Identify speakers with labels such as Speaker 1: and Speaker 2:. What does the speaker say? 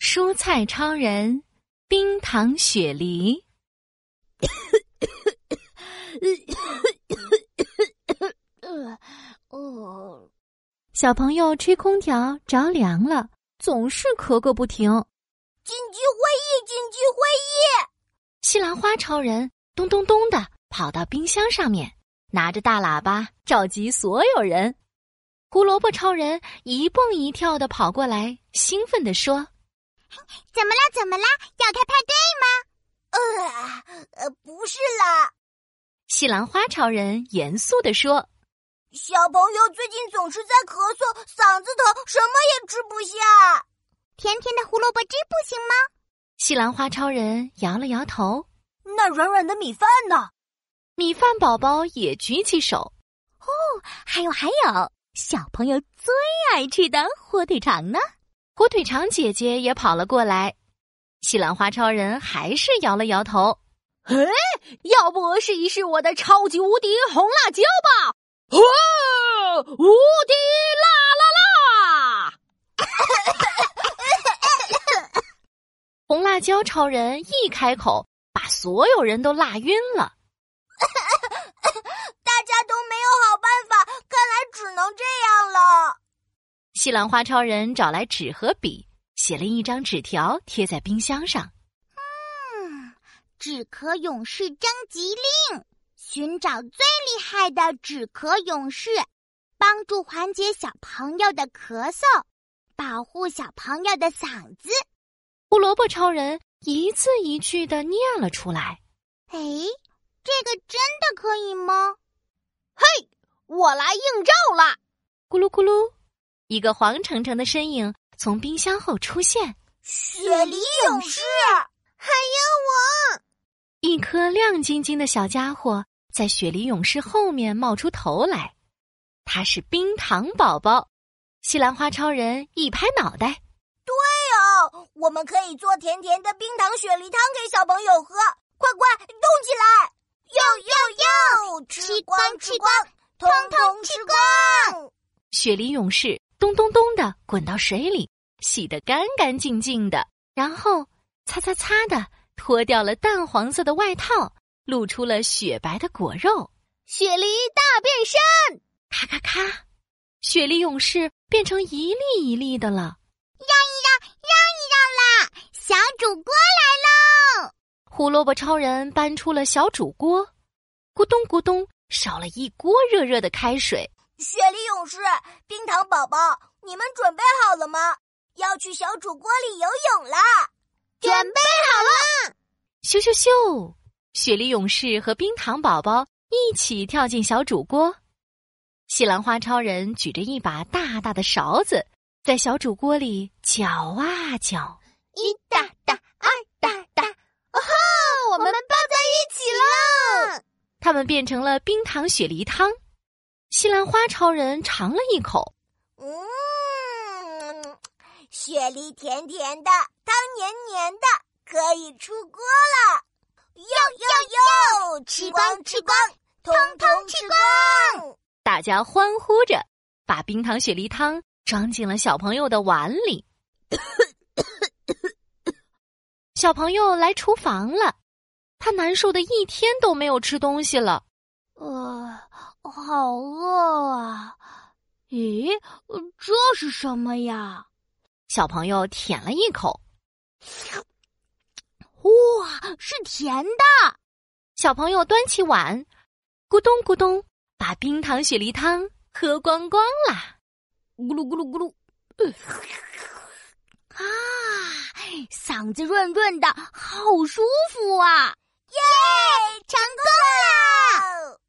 Speaker 1: 蔬菜超人冰糖雪梨。
Speaker 2: 呃，哦，
Speaker 1: 小朋友吹空调着凉了，总是咳个不停。
Speaker 2: 紧急会议，紧急会议！
Speaker 1: 西兰花超人咚咚咚的跑到冰箱上面，拿着大喇叭召集所有人。胡萝卜超人一蹦一跳的跑过来，兴奋地说
Speaker 2: 怎么啦？怎么啦？要开派对吗？呃，呃，不是啦，：“
Speaker 1: 西兰花超人严肃地说，
Speaker 2: 小朋友最近总是在咳嗽，嗓子疼，什么也吃不下。甜甜的胡萝卜汁不行吗？
Speaker 1: 西兰花超人摇了摇头。
Speaker 2: 那软软的米饭呢？
Speaker 1: 米饭宝宝也举起手。
Speaker 2: 哦还有还有，小朋友最爱吃的火腿肠呢？
Speaker 1: 火腿肠姐姐也跑了过来。西兰花超人还是摇了摇头。
Speaker 2: 要不试一试我的超级无敌红辣椒吧？
Speaker 3: 哦，无敌啦啦啦！
Speaker 1: 红辣椒超人一开口，把所有人都辣晕了。
Speaker 2: 大家都没有好办法，看来只能这样了。
Speaker 1: 西兰花超人找来纸和笔，写了一张纸条贴在冰箱上。
Speaker 2: 止咳勇士征集令，寻找最厉害的止咳勇士，帮助缓解小朋友的咳嗽，保护小朋友的嗓子。
Speaker 1: 胡萝卜超人一字一句的念了出来。
Speaker 2: 哎，这个真的可以吗？
Speaker 3: 我来应召啦！
Speaker 1: 咕噜咕噜，一个黄澄澄的身影从冰箱后出现，
Speaker 2: 雪梨勇士，还
Speaker 1: 一颗亮晶晶的小家伙在雪梨勇士后面冒出头来。他是冰糖宝宝。西兰花超人一拍脑袋，
Speaker 2: 有，我们可以做甜甜的冰糖雪梨汤给小朋友喝。快快动起来！哟哟哟，吃光吃光，通通吃光！
Speaker 1: 雪梨勇士咚咚咚的滚到水里，洗得干干净净的，然后擦擦擦的脱掉了淡黄色的外套，露出了雪白的果肉。
Speaker 2: 雪梨大变身。
Speaker 1: 咔咔咔，雪梨勇士变成一粒一粒的了。
Speaker 2: 小主锅
Speaker 1: 胡萝卜超人搬出了小煮锅，咕咚咕咚烧了一锅热热的开水。
Speaker 2: 雪梨勇士、冰糖宝宝，你们准备好了吗？要去小主锅里游泳啦！准备
Speaker 1: 咻咻咻！雪梨勇士和冰糖宝宝一起跳进小煮锅。西兰花超人举着一把大大的勺子，在小煮锅里搅啊搅。
Speaker 2: 一哒哒，二哒哒，哦吼！我们抱在一起了。
Speaker 1: 它们变成了冰糖雪梨汤。西兰花超人尝了一口，
Speaker 2: 嗯，雪梨甜甜的，汤黏黏的，可以出锅了。哟哟哟，吃光吃光，通通吃光！
Speaker 1: 大家欢呼着把冰糖雪梨汤装进了小朋友的碗里。小朋友来厨房了，他难受的一天都没有吃东西了。
Speaker 2: 呃，好饿啊！咦，这是什么呀？
Speaker 1: 小朋友舔了一口，
Speaker 2: 哇，是甜的！
Speaker 1: 小朋友端起碗，咕咚咕咚，把冰糖雪梨汤喝光光啦！
Speaker 2: 咕噜咕噜咕噜，啊，嗓子润润的，好舒服啊！耶，成功了！